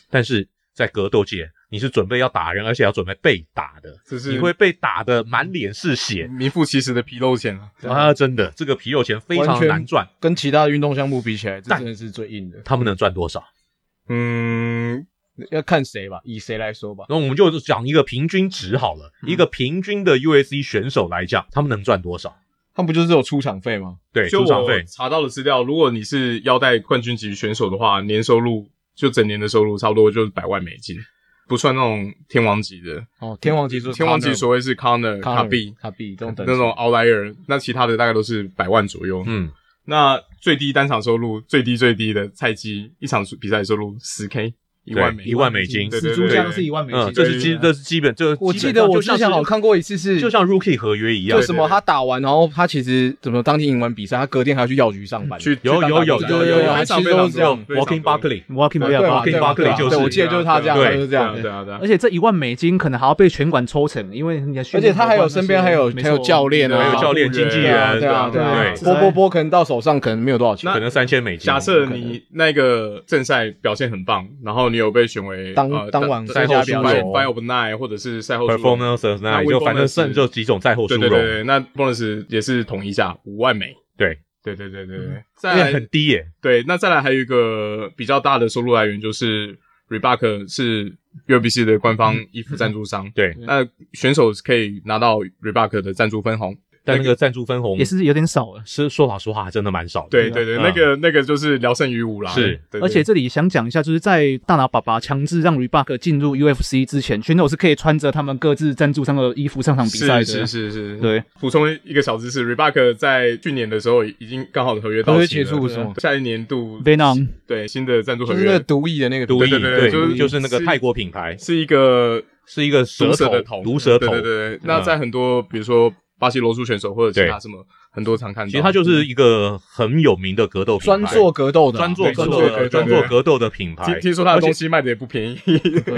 Speaker 2: 但是在格斗界。你是准备要打人，而且要准备被打的，
Speaker 4: 这是
Speaker 2: 你会被打的满脸是血，
Speaker 4: 名副其实的皮肉钱啊。
Speaker 2: 啊，真的，这个皮肉钱非常难赚，
Speaker 5: 跟其他的运动项目比起来，这
Speaker 2: 但
Speaker 5: 真的是最硬的，
Speaker 2: 他们能赚多少？
Speaker 4: 嗯，
Speaker 5: 要看谁吧，以谁来说吧，
Speaker 2: 那我们就讲一个平均值好了，
Speaker 4: 嗯
Speaker 2: 一个平均的 UAC 选手来讲，他们能赚多少？
Speaker 5: 他们不就是有出场费吗？
Speaker 2: 对，
Speaker 4: 就
Speaker 2: 出场
Speaker 4: 我
Speaker 2: 费
Speaker 4: 查到的资料，如果你是腰带冠军级选手的话，年收入就整年的收入差不多就是百万美金，不算那种天王级的。
Speaker 5: 哦，天王级说，
Speaker 4: 天王级所谓是 Conor、
Speaker 5: 卡
Speaker 4: 卡比
Speaker 5: 卡比这种等级
Speaker 4: 那种 outlier，那其他的大概都是百万左右。
Speaker 2: 嗯，
Speaker 4: 那最低单场收入最低最低的菜鸡一场比赛收入十 k 一万美
Speaker 2: 一万美 金
Speaker 4: 对对
Speaker 3: 死
Speaker 4: 对
Speaker 3: 猪价
Speaker 4: 对
Speaker 3: 都是一万美金。
Speaker 2: 嗯，这是
Speaker 4: 啊
Speaker 2: 基，这是基本，这
Speaker 5: 我
Speaker 2: 基本
Speaker 5: 记得
Speaker 2: 上
Speaker 5: 我
Speaker 2: 就
Speaker 5: 之
Speaker 2: 像
Speaker 5: 前好
Speaker 2: 是
Speaker 5: 看过一次是，
Speaker 2: 就像 Rookie 合约一样
Speaker 5: 就，什么他打完，然后他其实怎么当天赢完比赛，他隔天还要去药局上班，
Speaker 4: 去
Speaker 2: 有
Speaker 4: 去打
Speaker 2: 有有
Speaker 4: 比赛
Speaker 5: 有有有
Speaker 4: 非常
Speaker 5: 其实
Speaker 4: 非常
Speaker 5: 都是这样
Speaker 4: 多非常
Speaker 2: Walking
Speaker 4: 多
Speaker 2: Buckley，
Speaker 3: 我要 keep
Speaker 5: 对吧
Speaker 2: Walking
Speaker 5: 对吧
Speaker 2: Buckley
Speaker 5: 对吧
Speaker 2: 就是
Speaker 5: 对我记得就是他这样，
Speaker 2: 对
Speaker 5: 他就是这样。
Speaker 4: 对啊对啊。
Speaker 3: 而且这一万美金可能还要被拳馆抽成，因为人家
Speaker 5: 而且他还有身边还有还有教练啊，
Speaker 4: 对
Speaker 2: 还有教练、经纪
Speaker 5: 对啊，
Speaker 2: 人，
Speaker 5: 对啊，对啊，
Speaker 2: 对
Speaker 5: 波波波可能到手上可能没有多少钱，
Speaker 2: 可能三千美金。
Speaker 4: 假设你那个正赛表现很棒，然后你有被选为
Speaker 5: 当
Speaker 4: 呃
Speaker 5: 当晚
Speaker 4: 赛
Speaker 5: 最佳
Speaker 4: 后
Speaker 5: 表
Speaker 4: f i
Speaker 5: 现
Speaker 4: n a l night 或者是赛后殊荣
Speaker 2: performance
Speaker 4: 那
Speaker 2: 那就
Speaker 4: win
Speaker 2: 反正
Speaker 4: bonus
Speaker 2: 剩就几种赛后殊
Speaker 4: 对对对
Speaker 2: 荣，
Speaker 4: 对，那 bonus 也是统一下五万美，
Speaker 2: 对，
Speaker 4: 对对对对
Speaker 3: 嗯
Speaker 4: 对，再
Speaker 2: 也
Speaker 4: 来
Speaker 2: 很低耶，
Speaker 4: 对，那再来还有一个比较大的收入来源就是 Reebok 是 UFC 的官方衣服赞助商，
Speaker 2: 对，
Speaker 4: 那选手可以拿到 Reebok 的赞助分红，
Speaker 2: 但那个赞助分红
Speaker 3: 也是有点少了。
Speaker 2: 是说老实话，真的蛮少的。
Speaker 4: 对对对，
Speaker 2: 嗯
Speaker 4: 那个那个就是聊胜于无啦，
Speaker 2: 是
Speaker 4: 对，对
Speaker 3: 而且这里想讲一下，就是在大拿爸爸强制让 Reebok 进入 UFC 之前，选手是可以穿着他们各自赞助商的衣服上场比赛的。
Speaker 4: 是是是是，
Speaker 3: 对。
Speaker 4: 补充一个小知识，Reebok 在去年的时候已经刚好合约到
Speaker 5: 合约
Speaker 4: 期
Speaker 5: 结
Speaker 4: 了
Speaker 5: 束是吗？
Speaker 4: 下一年度
Speaker 3: Venom
Speaker 4: 对新的赞助合
Speaker 5: 就是那个
Speaker 4: 约
Speaker 5: 毒液的那个
Speaker 2: 毒
Speaker 4: 对
Speaker 2: 液，
Speaker 4: 对对就是
Speaker 2: 就是那个
Speaker 4: 是
Speaker 2: 泰国品牌，
Speaker 4: 是一个
Speaker 2: 是一个蛇
Speaker 4: 毒蛇的
Speaker 2: 头，
Speaker 4: 头，
Speaker 2: 毒蛇头。嗯
Speaker 4: 对对对对，那在很多比如说巴西柔术选手或者其他
Speaker 2: 对
Speaker 4: 什么，很多常看到，
Speaker 2: 其实它就是一个很有名的格斗品牌
Speaker 5: 专做格斗的啊，
Speaker 2: 专做格斗
Speaker 4: 对对对
Speaker 2: 的专做
Speaker 4: 对
Speaker 2: 格斗的品牌
Speaker 4: 听，听说他的东西卖的也不便宜，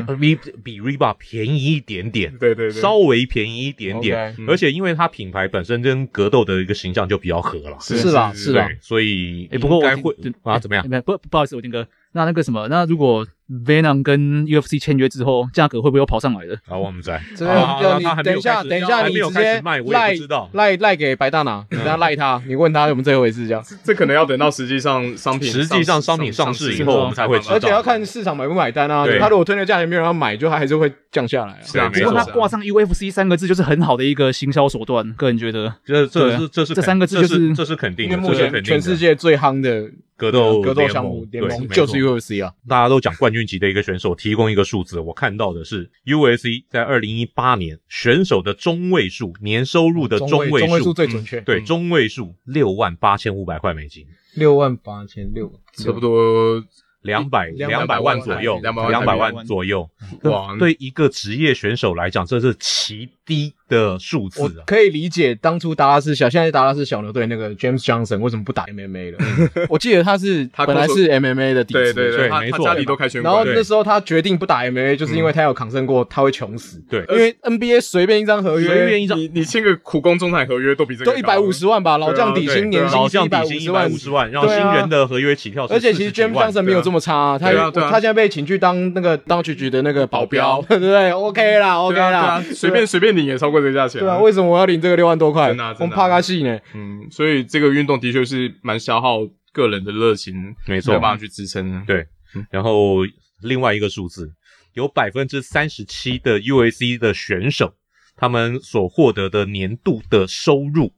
Speaker 2: 呃比比 Reba 便宜一点点。
Speaker 4: 对对对，
Speaker 2: 稍微便宜一点点
Speaker 5: OK，
Speaker 4: 嗯
Speaker 2: 而且因为它品牌本身跟格斗的一个形象就比较合了，啊
Speaker 5: 是啦是啦
Speaker 2: 对，所以
Speaker 3: 哎、不过
Speaker 2: 应
Speaker 3: 我
Speaker 2: 该
Speaker 3: 听
Speaker 2: 会
Speaker 3: 对
Speaker 2: 啊怎么样？
Speaker 3: 哎不不好意思，我听哥，那那个什么，那如果 Venom 跟 UFC 签约之后，价格会不会又跑上来了？
Speaker 2: 好，我们再。
Speaker 5: 这
Speaker 2: 好好
Speaker 5: 要
Speaker 2: 好
Speaker 5: 你
Speaker 2: 啊他还没
Speaker 5: 等
Speaker 2: 有
Speaker 5: 一下，
Speaker 2: 开始
Speaker 5: 等一下，
Speaker 2: 还
Speaker 5: 你
Speaker 2: 没有
Speaker 5: 直
Speaker 2: 开
Speaker 5: 接
Speaker 2: 始卖，我也
Speaker 5: 赖
Speaker 2: 不知道。嗯
Speaker 5: 赖赖给白大拿，你跟他赖他，你问他有没有这回事这样。
Speaker 4: 这可能要等到实际上商品
Speaker 2: 实际上商品上市以后，我们才会知道。
Speaker 5: 而且要看市场买不买单啊
Speaker 2: 对。
Speaker 5: 他如果推那个价钱没有人要买，就他还是会降下来啊。
Speaker 4: 是啊，
Speaker 2: 对
Speaker 4: 没
Speaker 3: 不过
Speaker 4: 错
Speaker 2: 没
Speaker 3: 它
Speaker 2: 错
Speaker 4: 是啊。
Speaker 3: 挂上 UFC 三个字就是很好的一个行销手段，个人觉得。
Speaker 2: 这这
Speaker 5: 啊
Speaker 3: 对
Speaker 2: 是这是
Speaker 3: 这
Speaker 2: 肯
Speaker 3: 三个字
Speaker 2: 这
Speaker 3: 就是
Speaker 2: 这是肯定
Speaker 5: 因
Speaker 2: 的，
Speaker 5: 为目
Speaker 2: 这是肯定
Speaker 5: 前全世
Speaker 2: 的
Speaker 5: 界最夯的
Speaker 2: 格斗
Speaker 5: 格斗项目
Speaker 2: 联
Speaker 5: 联
Speaker 2: 盟
Speaker 5: 盟
Speaker 2: 对
Speaker 5: 就
Speaker 2: 没
Speaker 5: 是
Speaker 2: 错
Speaker 5: UFC 啊。
Speaker 2: 大家都讲冠军级的一个选手，提供一个数字，我看到的是 UFC 在二零一八年选手的中位数年收入的
Speaker 5: 哦中
Speaker 2: 位
Speaker 5: 中
Speaker 2: 数
Speaker 5: 位
Speaker 2: 嗯
Speaker 5: 数，最准确，
Speaker 2: 对中位数六万八千五百块美金，
Speaker 5: 六万八千六，
Speaker 4: 差不多
Speaker 2: 两百
Speaker 5: 200
Speaker 2: 百万左右，
Speaker 4: 200
Speaker 2: 两
Speaker 4: 万
Speaker 2: 百
Speaker 4: 台币
Speaker 2: 万左右。
Speaker 4: 哇
Speaker 2: 对一个职业选手来讲，这是奇低的数字
Speaker 5: 我
Speaker 2: 啊。
Speaker 5: 可以理解当初达拉斯小，现在达拉斯小牛队那个 James Johnson 为什么不打 MMA 了？我记得他是
Speaker 4: 他
Speaker 5: 本来
Speaker 4: 空手
Speaker 5: 是 MMA 的底
Speaker 4: 对
Speaker 5: 子，
Speaker 4: 对
Speaker 2: 对
Speaker 4: 他
Speaker 2: 没
Speaker 4: 他
Speaker 2: 错
Speaker 4: 家里都开拳
Speaker 5: 然后
Speaker 4: 馆，
Speaker 5: 那时候他决定不打 MMA，就是因为他有抗胜过，他会穷死。
Speaker 2: 对
Speaker 5: 因为 NBA 随便一张合
Speaker 2: 呃随
Speaker 5: 约
Speaker 2: 便一张
Speaker 4: 你你签个苦工中产合约都比这个
Speaker 5: 都一百五十万吧，老将底
Speaker 4: 对啊
Speaker 5: 薪年
Speaker 4: 对啊
Speaker 5: 薪
Speaker 2: 老将底薪
Speaker 5: 一
Speaker 2: 一
Speaker 5: 百
Speaker 2: 百
Speaker 5: 五
Speaker 2: 五
Speaker 5: 十
Speaker 2: 十
Speaker 5: 万。
Speaker 2: 万，然后新人的合约起跳是
Speaker 5: 而且
Speaker 2: 40
Speaker 5: 其实
Speaker 2: 几
Speaker 5: James
Speaker 2: 万
Speaker 5: Johnson 没有这么差啊，他
Speaker 4: 对啊对啊
Speaker 5: 他现在被请去当那个当局局的那个保镖， 对不对？OK 啦，OK
Speaker 4: 对啊对
Speaker 5: 啦
Speaker 4: 啊，，随便随便领也超过这个价钱。
Speaker 5: 对啊，为什么我要领这个六万多块？
Speaker 4: 真的啊
Speaker 5: 我
Speaker 4: 真的
Speaker 5: 们
Speaker 4: 啊
Speaker 5: 怕他戏呢。
Speaker 4: 嗯，所以这个运动的确是蛮消耗个人的热情，
Speaker 2: 没错
Speaker 4: 有办法去支撑的。
Speaker 2: 对啊然后另外一个数字，有百分之三十七的 UAC 的选手，他们所获得的年度的收入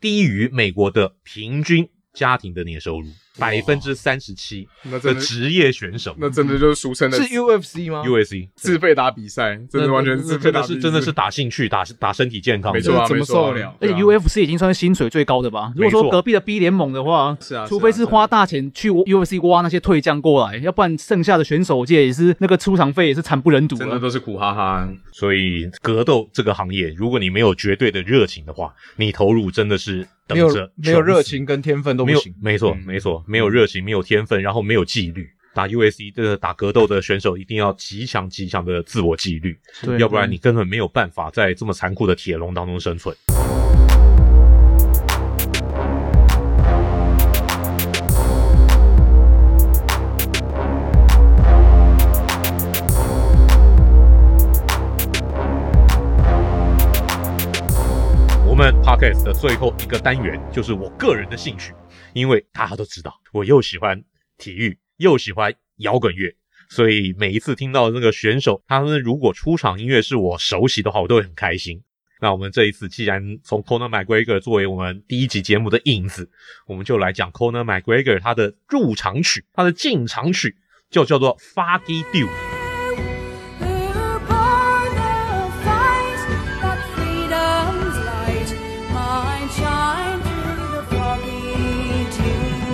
Speaker 2: 低于美国的平均家庭的年收入，百分之三十七
Speaker 4: 那
Speaker 2: 的
Speaker 4: 真的
Speaker 2: 职业选手
Speaker 4: 那真的就是俗称的
Speaker 5: 是 UFC 吗？
Speaker 2: UAC，
Speaker 4: 自费打比赛，真的完全
Speaker 2: 是
Speaker 4: 自
Speaker 2: 真
Speaker 4: 费打
Speaker 2: 的
Speaker 4: 比赛
Speaker 2: 是真的是打兴趣、打打身体健康的，
Speaker 4: 没错啊，
Speaker 5: 这怎么
Speaker 4: 没错啊
Speaker 5: 受得了哎
Speaker 3: 而
Speaker 4: 对
Speaker 3: 且
Speaker 4: 啊
Speaker 3: UFC 已经算是薪水最高的吧。如果
Speaker 2: 没
Speaker 3: 说
Speaker 2: 错
Speaker 3: 隔壁的 B 联盟的话，
Speaker 4: 是啊
Speaker 3: 除非是花大钱去 UFC 挖那些退将过来，要不然剩下的选手，我记得也是那个出场费也是惨不忍睹 啊
Speaker 4: 真的
Speaker 3: 了。
Speaker 4: 都是苦哈哈。
Speaker 2: 所以格斗这个行业，如果你没有绝对的热情的话，你投入真的是等
Speaker 5: 没有
Speaker 2: 着
Speaker 5: 没有
Speaker 2: 穷死
Speaker 5: 热情跟天分都
Speaker 2: 没
Speaker 5: 不
Speaker 2: 有
Speaker 5: 行，。
Speaker 2: 没错，
Speaker 4: 嗯
Speaker 2: 没错，没有热情，没有天分，然后没有纪律。打 UAC 的打格斗的选手一定要极强极强的自我纪律，
Speaker 3: 对，
Speaker 2: 要不然你根本没有办法在这么残酷的铁笼当中生存。我们 podcast 的最后一个单元就是我个人的兴趣，因为大家都知道，我又喜欢体育，又喜欢摇滚乐，所以每一次听到那个选手他们如果出场音乐是我熟悉的话，我都会很开心。那我们这一次既然从 Conor McGregor 作为我们第一集节目的引子，我们就来讲 Conor McGregor 他的入场曲，他的进场曲就叫做 Fucky Do。
Speaker 6: Upon the fight that freedom's light might shine through the foggy dew.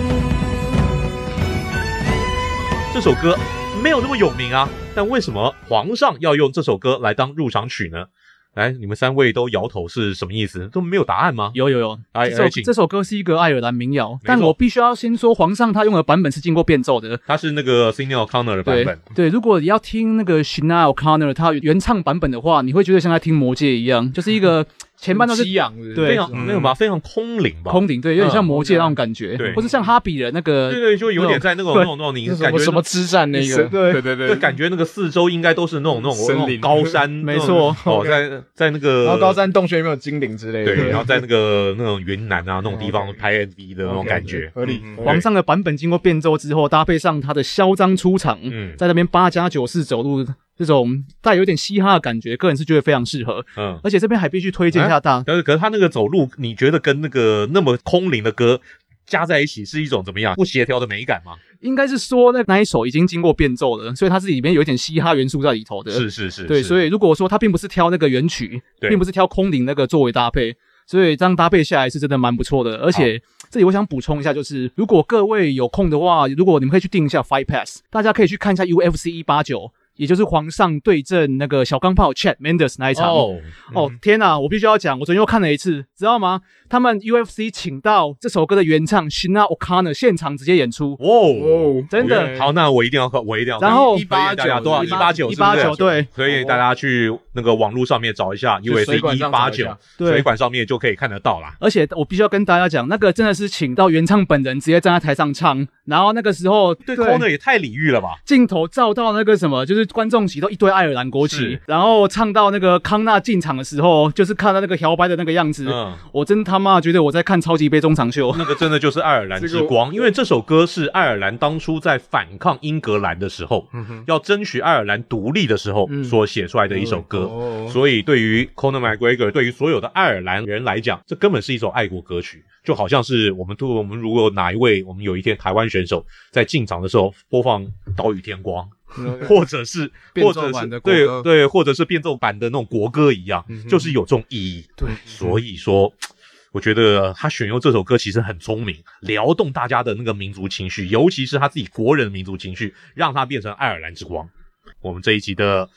Speaker 2: 这首歌没有那么有名啊，但为什么皇上要用这首歌来当入场曲呢？哎，你们三位都摇头是什么意思？都没有答案吗？
Speaker 3: 有有有，
Speaker 2: 哎
Speaker 3: 这
Speaker 2: 哎
Speaker 3: 首
Speaker 2: 请
Speaker 3: 这首歌是一个爱尔兰民谣，但
Speaker 2: 错
Speaker 3: 我必须要先说，皇上他用的版本是经过变奏的。
Speaker 2: 它是那个 s i n e O'Connor 的版
Speaker 3: 对
Speaker 2: 本，
Speaker 3: 对，如果你要听那个 Shania O'Connor 他原唱版本的话，你会觉得像在听《魔戒》一样，就是 一个前半段是嗯
Speaker 5: 激昂是不是
Speaker 3: 对
Speaker 2: 非常那个吧，非常空灵吧？
Speaker 3: 空灵，对，有
Speaker 2: 嗯
Speaker 3: 点像《魔戒》那种感觉，
Speaker 2: 对
Speaker 3: 或是像哈比人那个，
Speaker 2: 对对，就有点在那种那种那种，你
Speaker 5: 那什
Speaker 2: 感
Speaker 5: 么
Speaker 2: 觉
Speaker 5: 什么之战那个，
Speaker 4: 对对对
Speaker 2: 就感觉那个四周应该都是那种那种
Speaker 4: 森林
Speaker 2: 那种高山，
Speaker 3: 没
Speaker 2: 那种
Speaker 3: 错
Speaker 2: 哦，在在那个
Speaker 5: 然后高山洞穴里面有精灵之类的，
Speaker 2: 对，然后在那个那种云南啊那种地方拍 MV 的那种感觉，
Speaker 5: 合理。
Speaker 4: 嗯
Speaker 5: 合理
Speaker 3: 皇上的版本经过变奏之后，搭配上他的嚣张出场，
Speaker 2: 嗯
Speaker 3: 在那边八加九式走路，这种带有点嘻哈的感觉，个人是觉得非常适合。
Speaker 2: 嗯。
Speaker 3: 而且这边还必须推荐一下大，
Speaker 2: 但是可是他那个走路，你觉得跟那个那么空灵的歌加在一起是一种怎么样不协调的美感吗？
Speaker 3: 应该是说那那一首已经经过变奏了，所以它是里面有一点嘻哈元素在里头的。
Speaker 2: 是是是，
Speaker 3: 呃对，
Speaker 2: 是
Speaker 3: 所以如果说他并不是挑那个原曲，
Speaker 2: 对
Speaker 3: 并不是挑空灵那个作为搭配，所以这样搭配下来是真的蛮不错的。而且这里我想补充一下，就是如果各位有空的话，如果你们可以去订一下 Five Pass，大家可以去看一下 UFC 一八九。也就是皇上对阵那个小钢炮 Chad Mendes 那一场。
Speaker 2: 哦
Speaker 3: 哦，天哪！我必须要讲，我昨天又看了一次，知道吗？他们 UFC 请到这首歌的原唱 Shina O'Connor 现场直接演出，
Speaker 2: 哇哦，
Speaker 4: 哦，
Speaker 3: 真的。
Speaker 2: 好，那我一定要看，我一定要看。
Speaker 3: 然后
Speaker 2: 一八九多少？一八九，
Speaker 3: 一八九，对
Speaker 2: 所以大家去那个网络上面找一下，因为是
Speaker 5: 水管
Speaker 2: 一
Speaker 5: 上
Speaker 2: 八
Speaker 5: 找一
Speaker 2: 九
Speaker 5: 下，
Speaker 2: 水
Speaker 3: 对。
Speaker 2: 管上面就可以看得到啦。
Speaker 3: 而且我必须要跟大家讲，那个真的是请到原唱本人直接站在台上唱，然后那个时候
Speaker 2: 对 corner 也太礼遇了吧？
Speaker 3: 镜头照到那个什么，就是观众席都一堆爱尔兰国旗
Speaker 2: 是，
Speaker 3: 然后唱到那个康纳进场的时候，就是看到那个摇摆的那个样子，
Speaker 2: 嗯，
Speaker 3: 我真他妈觉得我在看超级杯中场秀。
Speaker 2: 那个真的就是爱尔兰之光，因为这首歌是爱尔兰当初在反抗英格兰的时候，
Speaker 5: 嗯
Speaker 2: 要争取爱尔兰独立的时候所写出来的一首歌。
Speaker 5: 哦
Speaker 2: 所以对于 Conor McGregor，对于所有的爱尔兰人来讲，这根本是一首爱国歌曲，就好像是我们对我们如果哪一位我们有一天台湾选手在进场的时候播放《岛屿天光》。或者是，
Speaker 5: 变
Speaker 2: 或
Speaker 5: 奏
Speaker 2: 者
Speaker 5: 版
Speaker 2: 是
Speaker 5: 的国
Speaker 2: 对
Speaker 5: 歌嗯
Speaker 2: 对，或者是变奏版的那种国歌一样，就是有这种意义。对，所以说，我觉得他选用这首歌其实很聪明，撩动大家的那个民族情绪，尤其是他自己国人的民族情绪，让他变成爱尔兰之光。我们这一集的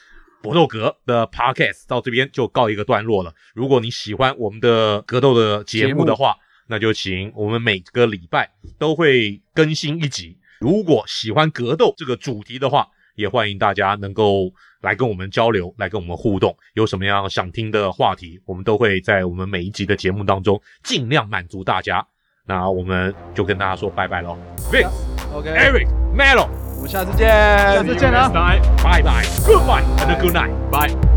Speaker 2: 搏斗格的 podcast 到这边就告一个段落了。如果你喜欢我们的格斗的节目的话，那就请我们每个礼拜都会更新一集。如果喜欢格斗这个主题的话，也欢迎大家能够来跟我们交流，来跟我们互动。有什么样想听的话题，我们都会在我们每一集的节目当中尽量满足大家。那我们就跟大家说拜拜喽，Vic、
Speaker 5: OK，
Speaker 2: Eric、Melo，
Speaker 5: 我们下次见，下
Speaker 2: 哎
Speaker 3: 下次见啊！
Speaker 2: 拜拜，Goodbye and a good night，拜。